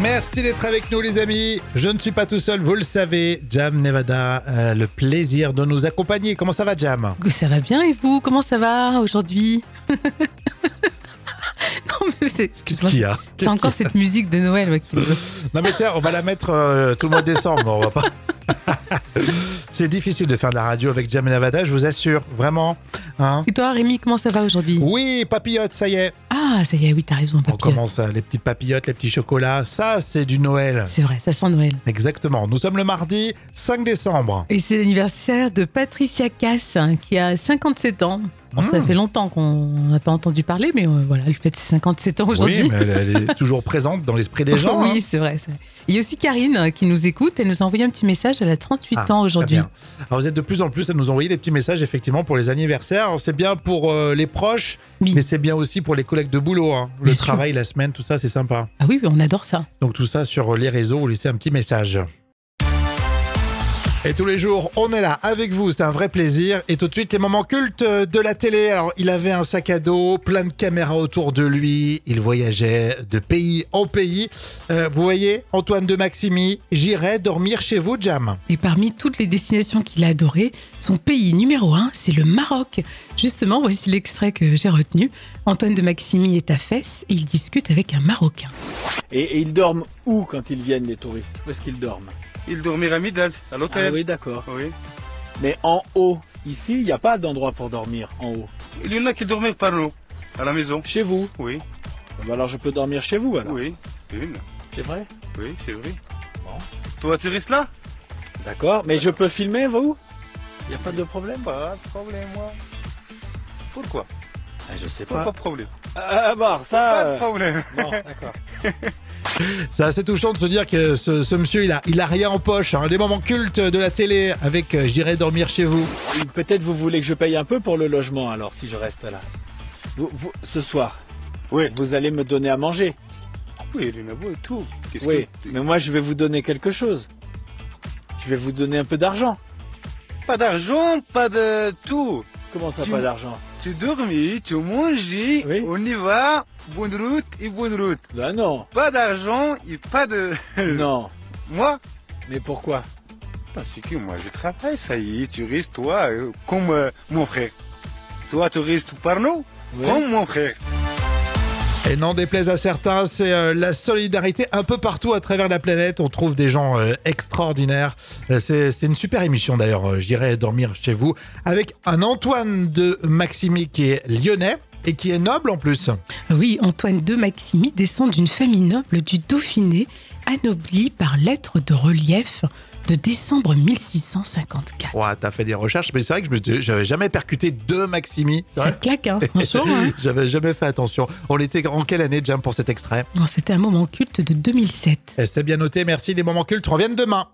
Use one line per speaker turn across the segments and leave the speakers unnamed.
Merci d'être avec nous les amis. Je ne suis pas tout seul, vous le savez. Jam Nevada, euh, le plaisir de nous accompagner. Comment ça va Jam
Ça va bien et vous Comment ça va aujourd'hui Non mais c'est excuse-moi,
qu'il y a
c'est
Qu'est-ce
encore cette musique de Noël ouais, qui me...
qu'il y a Non mais tiens, on va la mettre euh, tout le mois de décembre, on va pas. C'est difficile de faire de la radio avec Jam Nevada, je vous assure, vraiment. Hein
Et toi Rémi, comment ça va aujourd'hui
oui, papillote, ça y est.
Ah ça y est, oui t'as raison,
On
papillote.
commence à les petites papillotes, les petits chocolats. Ça, c'est du Noël.
C'est vrai, ça sent Noël.
Exactement. Nous sommes le mardi 5 décembre.
Et c'est l'anniversaire de Patricia Cass hein, qui a 57 ans. Bon, Ça
Mmh.
fait longtemps qu'on n'a pas entendu parler, mais euh, voilà, elle fête ses 57 ans aujourd'hui.
Oui, mais elle, elle est toujours présente dans l'esprit des gens. hein.
oui, c'est vrai. c'est vrai. Il y a aussi Karine euh, qui nous écoute. Elle nous a envoyé un petit message. Elle a 38
Ah,
ans aujourd'hui.
Très bien. Alors vous êtes de plus en plus à nous envoyer des petits messages effectivement pour les anniversaires. Alors, C'est bien pour euh, les proches,
Oui.
mais c'est bien aussi pour les collègues de boulot. hein. Le
Bien sûr.
travail, la semaine, tout ça, c'est sympa.
Ah oui, oui, on adore ça.
Donc tout ça sur euh, les réseaux, vous laissez un petit message. Et tous les jours, on est là avec vous, c'est un vrai plaisir. Et tout de suite, les moments cultes de la télé. Alors, il avait un sac à dos, plein de caméras autour de lui, il voyageait de pays en pays. Euh, vous voyez, Antoine de Maximi, j'irai dormir chez vous, Jam.
Et parmi toutes les destinations qu'il a adorées, son pays numéro un, c'est le Maroc. Justement, voici l'extrait que j'ai retenu. Antoine de Maximi est à Fès et il discute avec un Marocain.
Et, et ils dorment où quand ils viennent les touristes Où est-ce qu'ils dorment
Il dormira à Midad, à
Ah
l'hôtel.
oui, d'accord.
Oui.
Mais en haut, ici, il n'y a pas d'endroit pour dormir en haut.
Il y en a qui dormirent par nous, à la maison.
Chez vous.
Oui,
Ah bah alors je peux dormir chez vous alors.
oui, oui,
C'est vrai
oui, c'est vrai.
Bon.
Toi, tu restes là
D'accord. Mais je peux filmer vous Il n'y a pas de problème
Pas de problème, bah, moi. Pourquoi
Ah, Je sais
Pas
pas.
de problème.
Ah, bah
Pas
ça.
de
euh,
problème.
Non, d'accord.
C'est assez touchant de se dire que ce, ce monsieur, il a, il a rien en poche. hein. Des moments cultes de la télé avec euh, J'irai dormir chez vous.
Et Peut-être vous voulez que je paye un peu pour le logement alors si je reste là. Vous, vous- ce soir,
Oui,
vous allez me donner à manger.
oui, il y en a beau et tout. Qu'est-ce
Oui.
que-
Mais moi je vais vous donner quelque chose. Je vais vous donner un peu d'argent.
Pas d'argent, pas de tout.
Comment ça
Tu-
pas d'argent
Tu dormis, tu manges,
Oui.
on y va. Bonne route et bonne route.
Bah non.
Pas d'argent et pas de.
Non.
Moi
Mais pourquoi
Bah, C'est que moi je travaille, ça y est, tu restes toi euh, comme euh, mon frère. Toi tu restes par nous,
Oui.
comme mon frère.
Et n'en déplaise à certains, c'est euh, la solidarité un peu partout à travers la planète. On trouve des gens euh, extraordinaires. Euh, C'est c'est une super émission d'ailleurs. euh, J'irai dormir chez vous avec un Antoine de Maximi qui est lyonnais et qui est noble en plus.
Oui, Antoine de Maximi descend d'une famille noble du Dauphiné, anoblie par lettre de relief de décembre 1654.
Ouais, t'as fait des recherches, mais c'est vrai que je me- j'avais jamais percuté de Maximi. C'est
Ça
vrai
claque, hein, franchement. hein.
J'avais jamais fait attention. On était en quelle année, Jam, pour cet extrait
Bon, C'était un moment culte de 2007.
Et C'est bien noté, merci. Les moments cultes reviennent demain.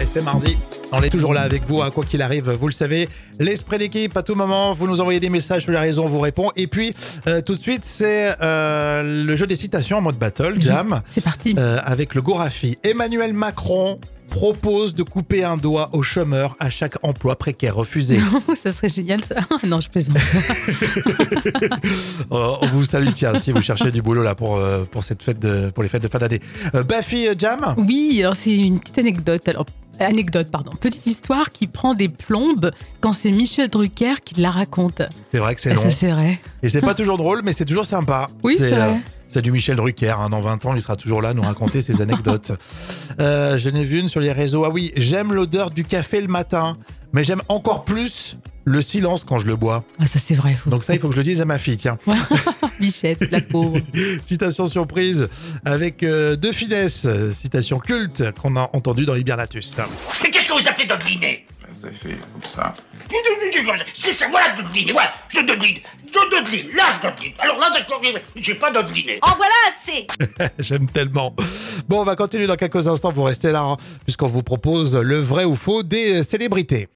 Et c'est mardi. On est toujours là avec vous, à quoi qu'il arrive, vous le savez. L'esprit d'équipe, à tout moment, vous nous envoyez des messages sur la raison, on vous répond. Et puis, euh, tout de suite, c'est euh, le jeu des citations en mode battle, Jam,
C'est parti.
euh, avec le Gorafi. Emmanuel Macron propose de couper un doigt aux chômeurs à chaque emploi précaire refusé.
ça serait génial ça. non, je plaisante.
Euh, on vous salue, tiens, si vous cherchez du boulot là pour, euh, pour, cette fête de, pour les fêtes de fin d'année. Euh, Bafi, euh, Jam
Oui, alors c'est une petite anecdote. Alors, anecdote, pardon. Petite histoire qui prend des plombes quand c'est Michel Drucker qui la raconte.
C'est vrai que c'est
Ah,
long.
ça, c'est vrai.
Et c'est pas toujours drôle, mais c'est toujours sympa.
Oui, c'est vrai.
c'est euh, du Michel Drucker. hein. Dans 20 ans, il sera toujours là à nous raconter ses anecdotes. Euh, J'en ai vu une sur les réseaux. Ah oui, j'aime l'odeur du café le matin, mais j'aime encore plus le silence quand je le bois.
Ah, ça, c'est vrai. Faut...
Donc ça, il faut que je le dise à ma fille. Tiens,
Bichette, la pauvre.
citation surprise avec euh, deux finesse, citation culte qu'on a entendue dans Hibernatus.
Mais qu'est-ce que vous appelez dodeliner
Ça fait comme ça.
C'est ça, voilà dodeliner, voilà, je dodeline, je dodeline, là je dodeline. Alors là, d'accord, j'ai pas dodeliné.
En voilà assez
J'aime tellement. Bon, on va continuer dans quelques instants pour rester là, hein, puisqu'on vous propose le vrai ou faux des célébrités.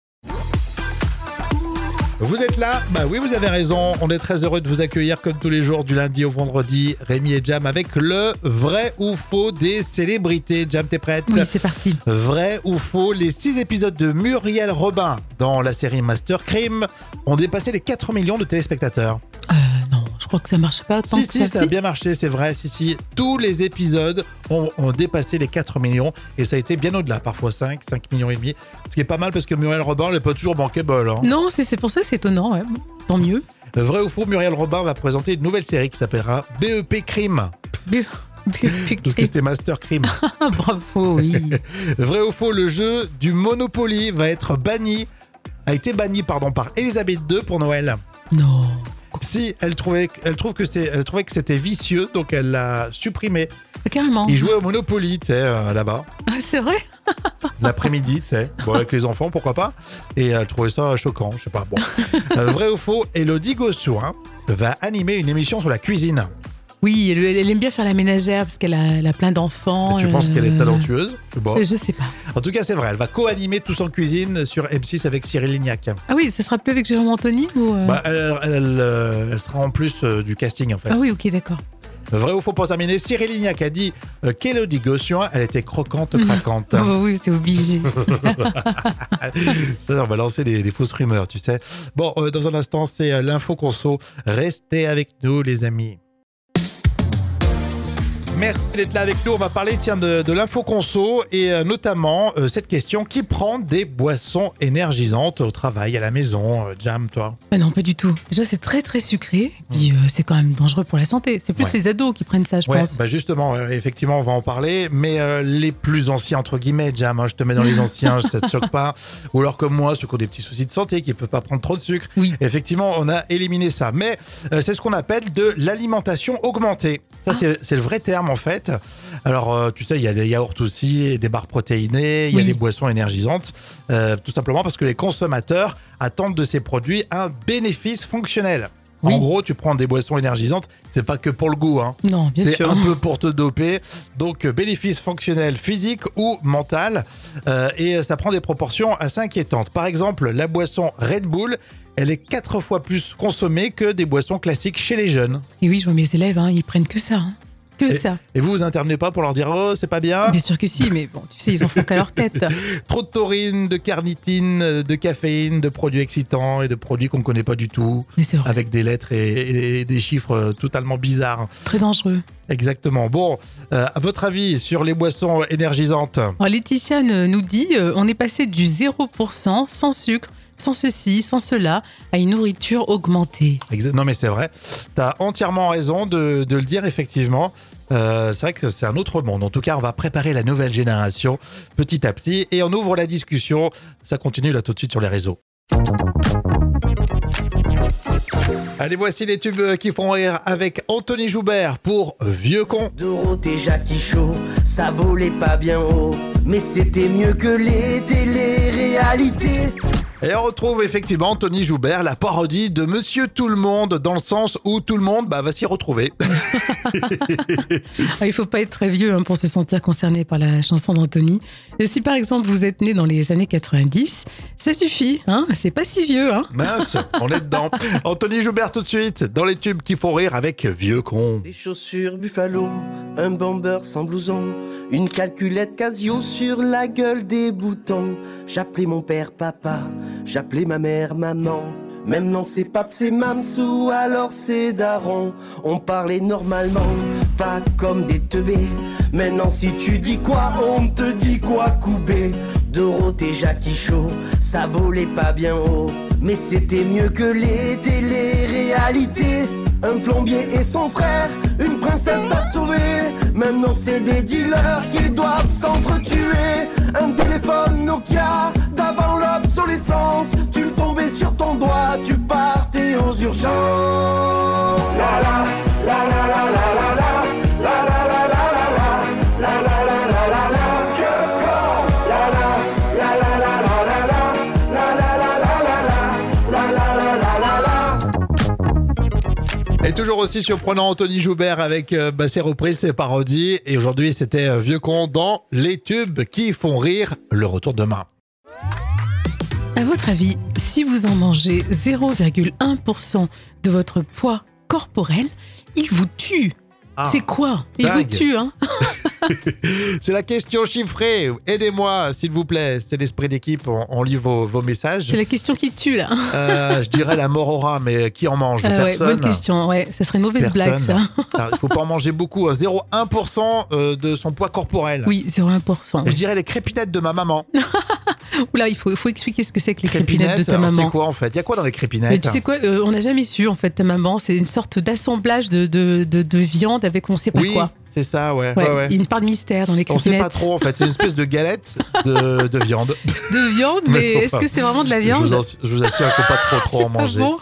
Vous êtes là Bah oui, vous avez raison. On est très heureux de vous accueillir comme tous les jours du lundi au vendredi. Rémi et Jam avec le vrai ou faux des célébrités. Jam, t'es prête
Oui, c'est parti.
Vrai ou faux, les six épisodes de Muriel Robin dans la série Master Crime ont dépassé les 4 millions de téléspectateurs.
Euh, non. je crois que ça marche pas tant
Si,
que
si,
ça.
ça a
Si.
bien marché, c'est vrai. Si, si, tous les épisodes ont, ont dépassé les 4 millions et ça a été bien au-delà, parfois 5, 5 millions et demi. Ce qui est pas mal parce que Muriel Robin n'est pas toujours bankable. Hein.
Non, c'est c'est pour ça, c'est étonnant. ouais. Tant mieux.
Vrai ou faux, Muriel Robin va présenter une nouvelle série qui s'appellera BEP Crime.
Bu- bu-
Parce que c'était Master Crime.
Ah, bravo, oui.
Vrai ou faux, le jeu du Monopoly va être banni, a été banni pardon, par Elisabeth II pour Noël.
non.
Si, elle trouvait, elle trouve que c'est, elle trouvait que c'était vicieux, donc elle l'a supprimé.
Ah, Carrément.
Il jouait au Monopoly, tu sais, euh, là-bas,
Ah, c'est vrai
l'après-midi, tu sais, bon, avec les enfants, pourquoi pas. Et elle trouvait ça choquant, je sais pas. Bon. Euh, vrai ou faux, Elodie Gossuin va animer une émission sur la cuisine.
Oui, elle, elle aime bien faire la ménagère parce qu'elle a, elle a plein d'enfants.
tu
euh,
penses qu'elle est talentueuse Bon.
euh, Je sais pas.
En tout cas, c'est vrai, elle va co-animer Tous en cuisine sur M6 avec Cyril Lignac.
Ah oui, ça sera plus avec Jérôme Anthony ou euh,
Bah, elle, elle, euh, elle sera en plus euh, du casting en fait.
Ah oui, ok, d'accord.
Vrai ou faux pour terminer, Cyril Lignac a dit euh, qu'Élodie Gossuin, elle était croquante, craquante.
Ah oui, c'est obligé.
Ça, on va lancer des, des fausses rumeurs, tu sais. Bon, euh, dans un instant, c'est euh, l'info conso. Restez avec nous, les amis. Merci d'être là avec nous. On va parler tiens, de, de l'info conso et euh, notamment euh, cette question qui prend des boissons énergisantes au travail, à la maison euh, Jam, toi
Ah non, pas du tout. Déjà, c'est très très sucré. Puis euh, c'est quand même dangereux pour la santé. C'est plus
Mm. Ouais.
les ados qui prennent ça, je
ouais,
pense.
bah justement, euh, effectivement, on va en parler, mais euh, les plus anciens, entre guillemets, Jam, hein, je te mets dans les anciens, ça te choque pas. Ou alors comme moi, ceux qui ont des petits soucis de santé, qui ne peuvent pas prendre trop de sucre.
Oui.
Effectivement, on a éliminé ça. Mais euh, c'est ce qu'on appelle de l'alimentation augmentée. Ça,
Ah.
c'est- c'est le vrai terme, en fait. Alors, euh, tu sais, il y a des yaourts aussi, et des barres protéinées, il y a
Oui.
des boissons énergisantes, euh, tout simplement parce que les consommateurs attendent de ces produits un bénéfice fonctionnel. En
Oui.
gros, tu prends des boissons énergisantes, c'est pas que pour le goût, hein.
Non, bien
C'est
sûr.
un peu pour te doper. Donc, euh, bénéfice fonctionnel physique ou mental. Euh, et ça prend des proportions assez inquiétantes. Par exemple, la boisson Red Bull, elle est quatre fois plus consommée que des boissons classiques chez les jeunes.
Et oui, je vois mes élèves, hein, ils prennent que ça. hein. Que ça.
Et vous, vous intervenez pas pour leur dire Oh, c'est pas bien
Bien sûr que si, mais bon, tu sais, ils en font qu'à leur tête.
Trop de taurine, de carnitine, euh, de caféine, de produits excitants et de produits qu'on ne connaît pas du tout,
Mais c'est vrai,
avec des lettres et- et des chiffres euh, totalement bizarres.
très dangereux.
Exactement. Bon, euh, à votre avis sur les boissons énergisantes
Alors, Laetitia ne- nous dit euh, on est passé du 0% sans sucre, sans ceci, sans cela, à une nourriture augmentée.
Exa- Non, mais c'est vrai. Tu as entièrement raison de, de le dire, effectivement. Euh, c'est vrai que c'est un autre monde. En tout cas, on va préparer la nouvelle génération petit à petit et on ouvre la discussion. Ça continue là tout de suite sur les réseaux. Allez, voici les tubes qui font rire avec Anthony Joubert pour Vieux con.
Dorothée Jaquichot, ça volait pas bien haut, mais c'était mieux que les télé-réalités.
Et on retrouve effectivement Anthony Joubert, la parodie de Monsieur Tout le Monde, dans le sens où tout le monde bah, va s'y retrouver.
Ah, il faut pas être très vieux hein, pour se sentir concerné par la chanson d'Anthony. Et si par exemple vous êtes né dans les années 90, ça suffit, hein c'est pas si vieux. Hein
Mince, on est dedans. Anthony Joubert tout de suite, dans les tubes qui font rire avec Vieux con.
Des chaussures Buffalo, un bomber sans blouson, une calculette Casio sur la gueule des boutons. J'appelais mon père papa, j'appelais ma mère maman. Même non c'est pape, c'est mamsou, alors c'est daron. On parlait normalement, pas comme des teubés. Maintenant si tu dis quoi, on te dit quoi couper. Dorothée Jaquichot, ça volait pas bien haut. Mais c'était mieux que les télé-réalités. Un plombier et son frère, une princesse à sauver. Maintenant c'est des dealers qui doivent s'entretuer. Un téléphone Nokia d'avant l'obsolescence. Tu le tombais sur ton doigt, tu partais aux urgences. La la, la la la la la la, la la la la la la, la la la la la la. Vieux con. La la, la la la la la la, la la la la la la, la la la la la la.
Et toujours aussi surprenant Anthony Joubert avec euh, bah, ses reprises, ses parodies. Et aujourd'hui, c'était euh, Vieux con dans les tubes qui font rire. Le retour demain.
À votre avis, si vous en mangez 0,1% de votre poids corporel, il vous tue.
Ah,
C'est quoi Il vous
dingue.
tue, hein
C'est la question chiffrée. Aidez-moi, s'il vous plaît. C'est l'esprit d'équipe. On, on lit vos, vos messages.
C'est la question qui tue là.
Euh, je dirais la morora, mais qui en mange
Ah ouais,
Personne.
bonne question. Ouais, ça serait une mauvaise blague
Personne.
ça.
Alors, Il faut pas en manger beaucoup. hein. 0,1% euh, de son poids corporel.
Oui, 0,1%.
Je dirais les crépinettes de ma maman.
Oula, il faut, faut expliquer ce que c'est que les crépinettes de ta
alors,
maman.
c'est quoi en fait Il y a quoi dans les crépinettes
Mais tu sais quoi, euh, on n'a jamais su en fait ta maman, c'est une sorte d'assemblage de, de, de, de viande avec on sait pas
Oui,
quoi.
c'est ça, ouais.
Ouais,
ouais, ouais.
Il y a une part de mystère dans les
On sait
crépinettes
pas trop en fait. C'est une espèce de galette de, de viande.
de viande,
Mais
mais
faut
est-ce
pas.
que c'est vraiment de la
Je
viande
vous, en- je vous assure qu'il faut pas trop trop en
C'est pas
manger.
bon.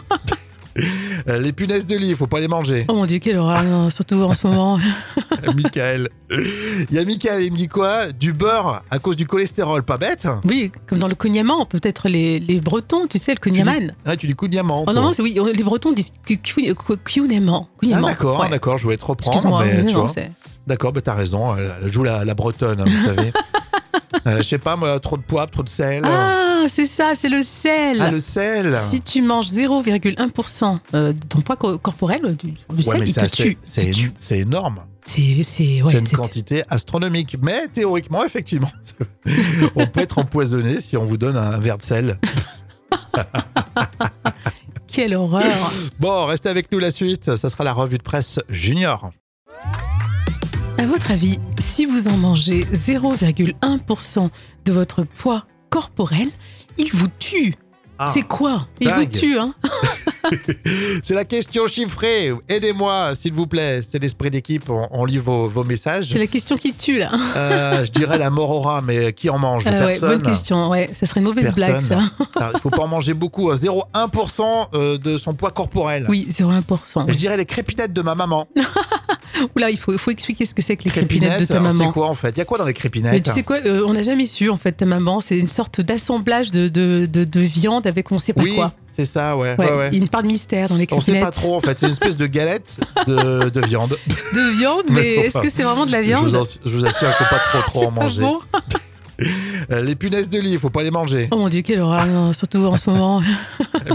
Euh, Les punaises de lit, il faut pas les manger. euh,
Oh mon dieu, quelle horreur, non, surtout en ce moment.
Michael. Il y a Michael, il me dit quoi Du beurre à cause du cholestérol, pas bête
Oui, comme dans le cognaman, peut-être les, les Bretons, tu sais, le cognaman.
Ah, Tu dis coup de diamant.
Oh
toi.
non, c'est- oui, on- les Bretons disent cu- cu- cu- cognaman.
Ah,
cognaman,
d'accord,
ouais.
d'accord, je voulais te reprendre.
Excuse-moi,
mais tu
non,
vois.
c'est-
D'accord, bah, t'as raison, elle joue la, la bretonne, hein, vous savez. Euh, je sais pas, moi, trop de poivre, trop de sel.
Ah, c'est ça, c'est le sel.
Ah, le sel
Si tu manges 0,1% euh, de ton poids co- corporel, euh, du, du
Ouais,
sel,
mais
il
c'est
te
assez-
tue.
c'est
Il te tue.
éno- C'est énorme.
C'est c'est- ouais,
c'est une
c'est-
quantité astronomique. Mais théoriquement, effectivement, on peut être empoisonné si on vous donne un verre de sel.
Quelle horreur.
Bon, restez avec nous la suite. Ça sera la revue de presse junior.
À votre avis, si vous en mangez 0,1% de votre poids corporel, il vous tue.
Ah.
c'est quoi Il vous
dingue.
tue, hein
C'est la question chiffrée. Aidez-moi, s'il vous plaît. C'est l'esprit d'équipe. On, on lit vos, vos messages.
C'est la question qui tue, là.
Euh, je dirais la morora, mais qui en mange
Ah ouais,
Personne.
bonne question, ouais. Ça serait une mauvaise blague,
Personne.
ça.
Alors, Il faut pas en manger beaucoup. hein. 0,1% euh, de son poids corporel.
Oui, 0,1%.
Je dirais les crépinettes de ma maman.
Oula, il faut, faut expliquer ce que c'est que les crépinettes de ta
alors,
maman.
c'est quoi en fait Il y a quoi dans les crépinettes
Mais tu sais quoi, euh, on n'a jamais su en fait ta maman, c'est une sorte d'assemblage de, de, de, de viande avec on sait pas
Oui,
quoi.
c'est ça, ouais.
Ouais,
ouais, ouais.
Il y a une part de mystère dans les
On sait
crépinettes
pas trop en fait, c'est une espèce de galette de, de viande.
de viande,
Mais
mais
faut
est-ce
pas.
que c'est vraiment de la
Je
viande
vous, en- je vous assure qu'il faut pas trop trop en
C'est pas
manger.
bon.
Euh, Les punaises de lit, faut pas les manger.
Oh mon dieu, quelle horreur, non, surtout en ce moment.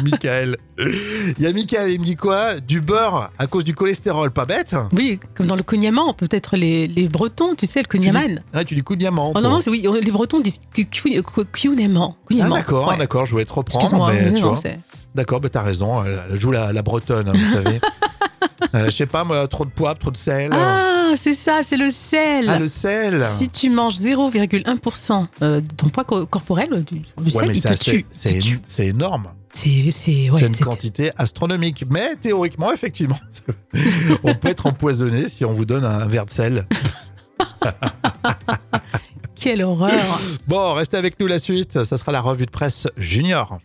Michael. Il y a Michael, il me dit quoi Du beurre à cause du cholestérol, pas bête
Oui, comme dans le cognaman, peut-être les, les Bretons, tu sais, le cognaman.
Ah, Tu dis coup de diamant.
Oh non,
toi.
non, c'est oui, les Bretons disent cu- cu- cu- cognaman.
ah,
cognaman.
d'accord,
Ouais.
d'accord, je voulais te reprendre,
Excuse-moi,
mais
non,
tu
non,
vois.
c'est-
D'accord, bah, t'as raison, elle joue la, la bretonne, hein, vous savez. Euh, Je sais pas, moi, trop de poivre, trop de sel.
Ah, c'est ça, c'est le sel.
Ah, le sel
Si tu manges 0,1% euh, de ton poids co- corporel, du, du
Ouais,
sel,
mais
il
c'est
te
assez-
tue.
c'est
Il te tue.
éno- C'est énorme.
C'est c'est- ouais,
c'est une
c'est-
quantité astronomique. Mais théoriquement, effectivement, on peut être empoisonné si on vous donne un verre de sel.
Quelle horreur.
Bon, restez avec nous la suite. Ça sera la revue de presse junior.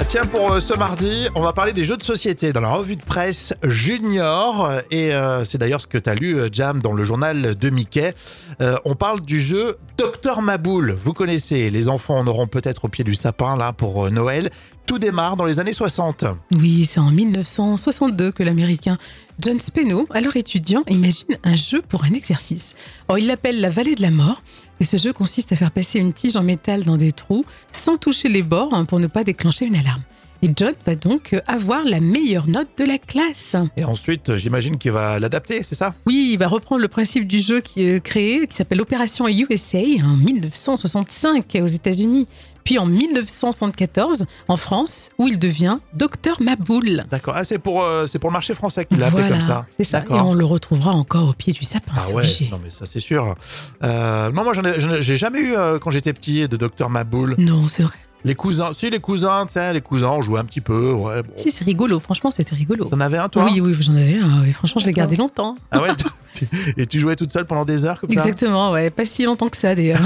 Ah, Tiens, pour euh, ce mardi, on va parler des jeux de société dans la revue de presse junior. Et euh, c'est d'ailleurs ce que tu as lu, euh, Jam, dans le journal de Mickey. Euh, on parle du jeu Docteur Maboule. Vous connaissez, les enfants en auront peut-être au pied du sapin, là, pour euh, Noël. Tout démarre dans les années 60.
Oui, c'est en 1962 que l'américain John Speno, alors étudiant, imagine un jeu pour un exercice. Or, il l'appelle la vallée de la mort. Et ce jeu consiste à faire passer une tige en métal dans des trous sans toucher les bords hein, pour ne pas déclencher une alarme. Et John va donc euh, avoir la meilleure note de la classe.
Et ensuite, euh, j'imagine qu'il va l'adapter, c'est ça
Oui, il va reprendre le principe du jeu qui est créé, qui s'appelle Opération USA en 1965 aux États-Unis, puis en 1974 en France, où il devient Docteur Maboule.
D'accord. Ah, c'est pour, euh, c'est pour le marché français qu'il l'a
Voilà,
appelé comme ça.
C'est ça. Et
D'accord.
on le retrouvera encore au pied du sapin,
Ah
c'est
ouais,
obligé.
non mais ça c'est sûr. Euh, non, moi j'en ai- j'en ai- j'ai jamais eu euh, quand j'étais petit de Docteur Maboule.
Non, c'est vrai.
Les cousins, si les cousins, tu sais, les cousins, on jouait un petit peu. Ouais, bon.
Si, c'est rigolo. Franchement, c'était rigolo.
T'en avais un toi
oui, oui, j'en avais un. oui. Franchement, je l'ai gardé longtemps.
Ah ouais tu- Et tu jouais toute seule pendant des heures comme ça
Exactement, ouais. Pas si longtemps que ça, d'ailleurs.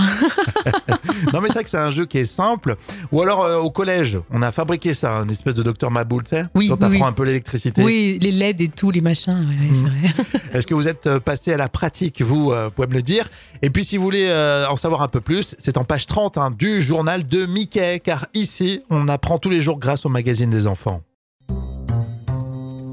Non mais c'est vrai que c'est un jeu qui est simple. Ou alors euh, au collège, on a fabriqué ça, une espèce de Docteur Maboule, tu sais
Oui,
Quand
oui,
t'apprends
oui.
un peu l'électricité.
oui, les LED et tout, les machins. ouais, ouais,
Mhm.
c'est vrai.
Est-ce que vous êtes euh, passé à la pratique Vous euh, pouvez me le dire. Et puis, si vous voulez euh, en savoir un peu plus, c'est en page 30 hein, du journal de Mickey, car ici, on apprend tous les jours grâce au magazine des enfants.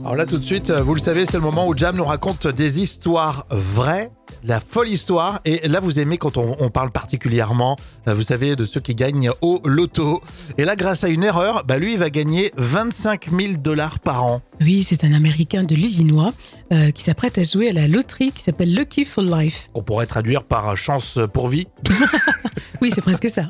Alors là, tout de suite, euh, vous le savez, c'est le moment où Jam nous raconte des histoires vraies, la folle histoire. Et là, vous aimez quand on, on parle particulièrement, euh, vous savez, de ceux qui gagnent au loto. Et là, grâce à une erreur, bah, lui, il va gagner 25 000 dollars par an.
Oui, c'est un Américain de l'Illinois euh, qui s'apprête à jouer à la loterie qui s'appelle Lucky for Life.
On pourrait traduire par chance pour vie.
Oui, c'est presque ça.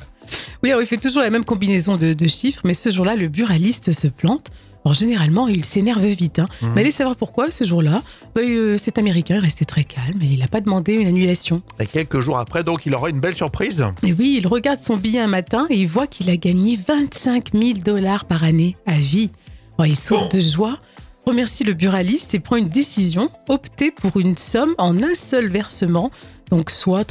oui, alors il fait toujours la même combinaison de, de chiffres, mais ce jour-là, le buraliste se plante. Alors généralement, il s'énerve vite. hein.
Mhm.
Mais allez savoir pourquoi ce jour-là. bah, euh, cet Américain est resté très calme et il n'a pas demandé une annulation.
Et quelques jours après, donc, il aura une belle surprise.
Et oui, il regarde son billet un matin et il voit qu'il a gagné 25 000 dollars par année à vie. Bon, il saute de joie, remercie le buraliste et prend une décision, opter pour une somme en un seul versement, donc soit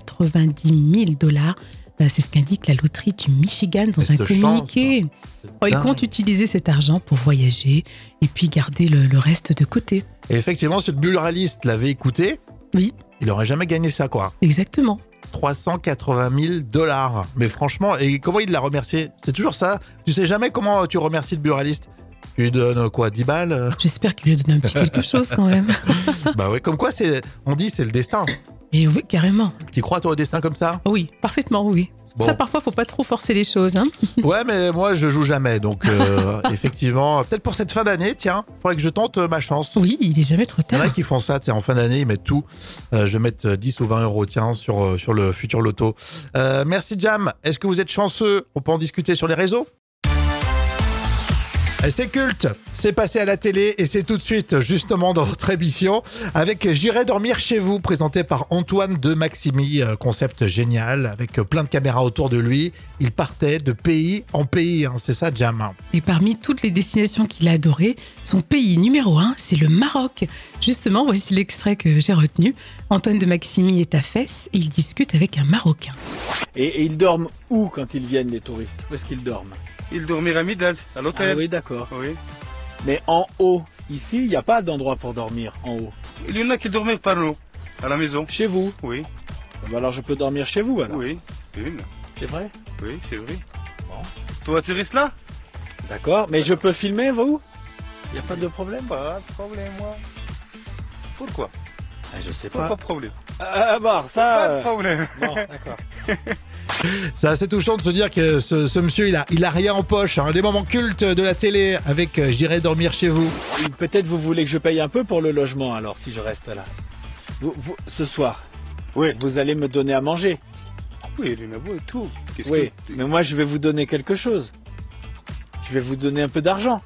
390 000 dollars. Bah, C'est ce qu'indique la loterie du Michigan dans
Mais
un
cette chance, hein.
communiqué. Bon, Oh, il
Dingue.
compte utiliser cet argent pour voyager et puis garder le- le reste de côté.
Et effectivement, si le buraliste l'avait écouté,
Oui.
il n'aurait jamais gagné ça, quoi.
Exactement.
380 000 dollars. Mais franchement, et comment il l'a remercié C'est toujours ça. Tu sais jamais comment tu remercies le buraliste. Tu lui donnes euh, quoi 10 balles euh
J'espère qu'il lui a donné un petit quelque chose quand même.
Bah ouais, comme quoi, c'est, on dit c'est le destin.
Mais oui, carrément.
Tu crois toi au destin comme ça
Oui, parfaitement, oui.
Bon.
Ça, parfois, faut pas trop forcer les choses. Hein.
Ouais, mais moi je joue jamais, donc euh, effectivement, peut-être pour cette fin d'année, tiens, faudrait que je tente euh, ma chance.
Oui, il est jamais trop
Il y en
tard.
a qui font ça, tu sais, en fin d'année, ils mettent tout. Euh, je vais mettre euh, 10 ou 20 euros, tiens, sur, euh, sur le futur loto. Euh, merci Jam. Est-ce que vous êtes chanceux On peut en discuter sur les réseaux Et c'est culte, c'est passé à la télé et c'est tout de suite justement dans votre émission avec J'irai dormir chez vous présenté par Antoine de Maximi, Euh, concept génial avec plein de caméras autour de lui. Il partait de pays en pays, hein, c'est ça Jam.
Et parmi toutes les destinations qu'il a adorées, son pays numéro un, c'est le Maroc. Justement, voici l'extrait que j'ai retenu. Antoine de Maximi est à Fès et il discute avec un Marocain.
Et, et ils dorment où quand ils viennent, les touristes Où est-ce qu'ils dorment
Il dormira à Midad, à
Ah
l'hôtel.
oui, d'accord.
Oui.
Mais en haut, ici, il n'y a pas d'endroit pour dormir en haut.
Il y en a qui dorment par nous, à la maison.
Chez vous
Oui,
Ah bah Alors je peux dormir chez vous, alors.
oui, oui,
C'est vrai
oui, c'est vrai.
Bon.
Toi, tu restes là
D'accord. Mais je peux filmer, vous Il n'y a pas de problème
Pas de problème, moi. Pourquoi
Ah, Je sais
Pas,
pas.
de problème.
Ah, bah,
Pas
ça...
de problème.
euh, bon, d'accord.
C'est assez touchant de se dire que ce, ce monsieur, il a, il a rien en poche. hein. Des moments cultes de la télé avec euh, J'irai dormir chez vous.
Ou Peut-être vous voulez que je paye un peu pour le logement, alors, si je reste là. Vous, vous- ce soir,
Oui,
vous allez me donner à manger.
oui, il y en a beau et tout. Qu'est-ce
Oui,
que-
mais moi, je vais vous donner quelque chose. Je vais vous donner un peu d'argent.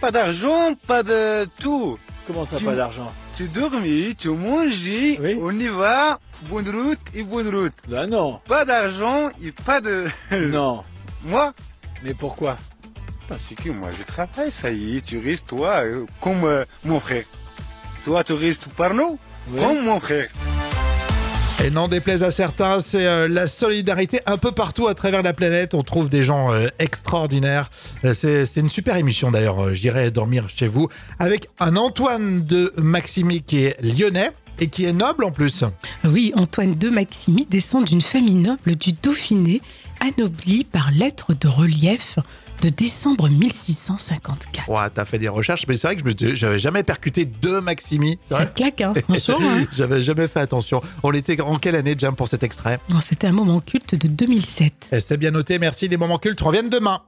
Pas d'argent, pas de tout.
Comment ça,
Tu-
pas d'argent
Tu dormis, tu manges,
Oui.
on y va, bonne route et bonne route.
Ah non,
Pas d'argent et pas de...
non.
Moi
Mais pourquoi
Parce que moi je travaille, ça y est, tu restes toi euh, comme euh, mon frère. Toi tu restes par nous,
Oui.
comme mon frère.
Et n'en déplaise à certains, c'est euh, la solidarité un peu partout à travers la planète. On trouve des gens euh, extraordinaires. Euh, C'est c'est une super émission d'ailleurs. Euh, J'irai dormir chez vous avec un Antoine de Maximi qui est lyonnais et qui est noble en plus.
Oui, Antoine de Maximi descend d'une famille noble du Dauphiné, anoblie par lettre de relief de décembre 1654.
Ouais, t'as fait des recherches, mais c'est vrai que je me- j'avais jamais percuté deux Maximi. C'est
Ça
vrai
claque, hein, franchement. hein.
J'avais jamais fait attention. On était en quelle année, Jam, pour cet extrait
Bon, C'était un moment culte de 2007.
Et Eh, C'est bien noté, merci. Les moments cultes reviennent demain.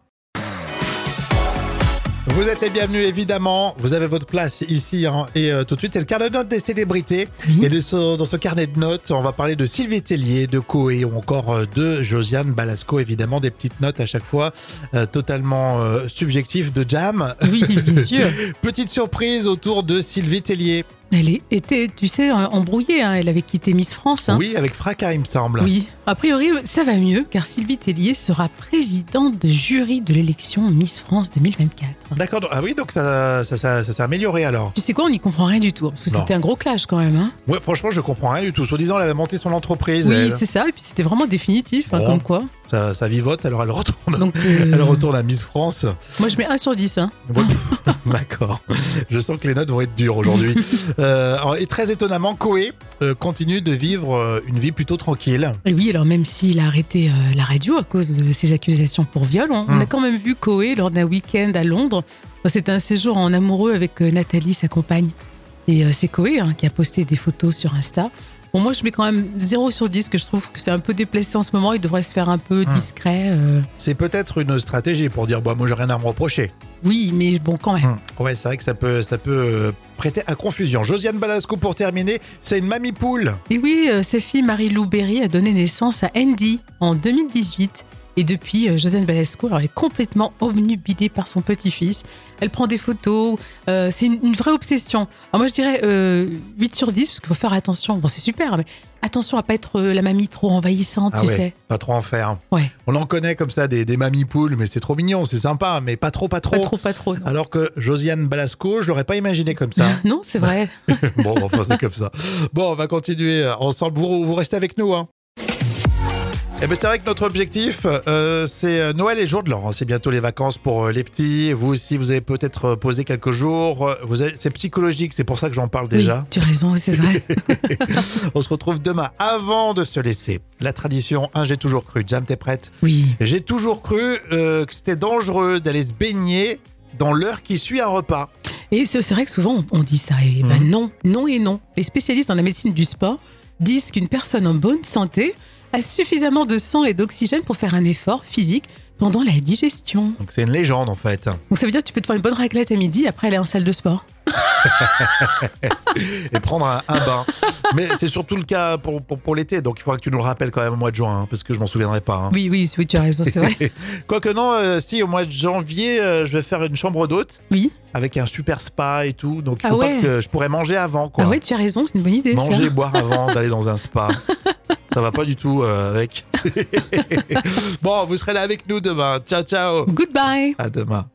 Vous êtes les bienvenus, évidemment. Vous avez votre place ici. hein. Et euh, tout de suite, c'est le carnet de notes des célébrités.
Oui.
Et de ce- dans ce carnet de notes, on va parler de Sylvie Tellier, de Coé ou encore euh, de Josiane Balasco. Évidemment, des petites notes à chaque fois euh, totalement euh, subjectives de Jam.
Oui, bien sûr.
Petite surprise autour de Sylvie Tellier.
Elle est- était, tu sais, euh, embrouillée. hein. Elle avait quitté Miss France. hein.
Oui, avec fracas, il me semble.
Oui. A priori, ça va mieux car Sylvie Tellier sera présidente de jury de l'élection Miss France 2024.
D'accord. donc- Ah oui, donc ça, ça, ça- ça s'est amélioré alors.
Tu sais quoi, on n'y comprend rien du tout hein, parce que
Non.
c'était un gros clash quand même. hein.
Ouais, franchement, je comprends rien du tout. Soi-disant, elle avait monté son entreprise.
Oui,
elle.
c'est ça. Et puis c'était vraiment définitif, hein,
Bon.
comme quoi.
ça, ça vivote, alors elle retourne.
Donc, euh,
Elle retourne à Miss France.
moi, je mets 1 sur 10. hein.
Ouais. D'accord. Je sens que les notes vont être dures aujourd'hui. Euh, alors, et très étonnamment, Koé euh, continue de vivre euh, une vie plutôt tranquille.
Et oui, alors même s'il a arrêté euh, hein. la radio à cause de ses accusations pour viol, on, on a quand même vu Coé lors d'un week-end à Londres C'était un séjour en amoureux avec euh, Nathalie, sa compagne. Et euh, c'est Koé hein, qui a posté des photos sur Insta. Bon, moi, je mets quand même 0 sur 10, que je trouve que c'est un peu déplacé en ce moment. Il devrait se faire un peu
Hmm.
discret. euh.
C'est peut-être une stratégie pour dire bah, moi, j'ai rien à me reprocher.
Oui, mais bon, quand même.
Hum, Ouais, c'est vrai que ça peut, ça peut euh, prêter à confusion. Josiane Balasco pour terminer, c'est une mamie poule.
Et oui, euh, sa fille Marie-Lou Berry a donné naissance à Andy en 2018. Et depuis, euh, Josiane Balasco alors, elle est complètement obnubilée par son petit-fils. Elle prend des photos. euh, c'est une, une vraie obsession. Alors moi, je dirais euh, 8 sur 10, parce qu'il faut faire attention. Bon, c'est super, mais attention à pas être euh, la mamie trop envahissante,
Ah
tu
ouais.
sais.
Pas trop en faire.
Ouais.
On en connaît comme ça des, des mamies poules, mais c'est trop mignon, c'est sympa, mais pas trop, pas trop.
Pas trop, pas trop. Non,
Alors que Josiane Balasco, je l'aurais pas imaginé comme ça.
Non, c'est vrai.
bon, enfin, c'est comme ça. Bon, on va continuer ensemble. Vous, vous restez avec nous. Hein. Eh ben, c'est vrai que notre objectif, euh, c'est euh, Noël et jour de l'an. hein. C'est bientôt les vacances pour euh, les petits. Vous aussi, vous avez peut-être euh, posé quelques jours. Euh, Vous avez- C'est psychologique, c'est pour ça que j'en parle déjà.
Oui, tu as raison, c'est vrai.
On se retrouve demain. Avant de se laisser, la tradition, un, j'ai toujours cru. Jam, t'es prête
Oui.
J'ai toujours cru euh, que c'était dangereux d'aller se baigner dans l'heure qui suit un repas.
Et c'est c'est vrai que souvent on- on dit ça. Et ben
Mhm.
non, non et non. Les spécialistes en la médecine du sport disent qu'une personne en bonne santé a suffisamment de sang et d'oxygène pour faire un effort physique pendant la digestion.
Donc c'est une légende en fait.
Donc ça veut dire que tu peux te faire une bonne raclette à midi après aller en salle de sport.
et prendre un, un bain. Mais c'est surtout le cas pour, pour, pour l'été, donc il faudra que tu nous le rappelles quand même au mois de juin, hein, parce que je m'en souviendrai pas. hein.
Oui, oui, oui, tu as raison, c'est vrai.
Quoique non, euh, si, au mois de janvier, euh, je vais faire une chambre d'hôte
Oui.
avec un super spa et tout, donc il
Ah
faut
ouais.
pas que je pourrais manger avant, quoi.
Ah ouais, tu as raison, c'est une bonne idée. ça.
Manger, boire avant d'aller dans un spa. Ça va pas du tout euh, avec. bon, vous serez là avec nous demain. Ciao, ciao.
Goodbye.
À demain.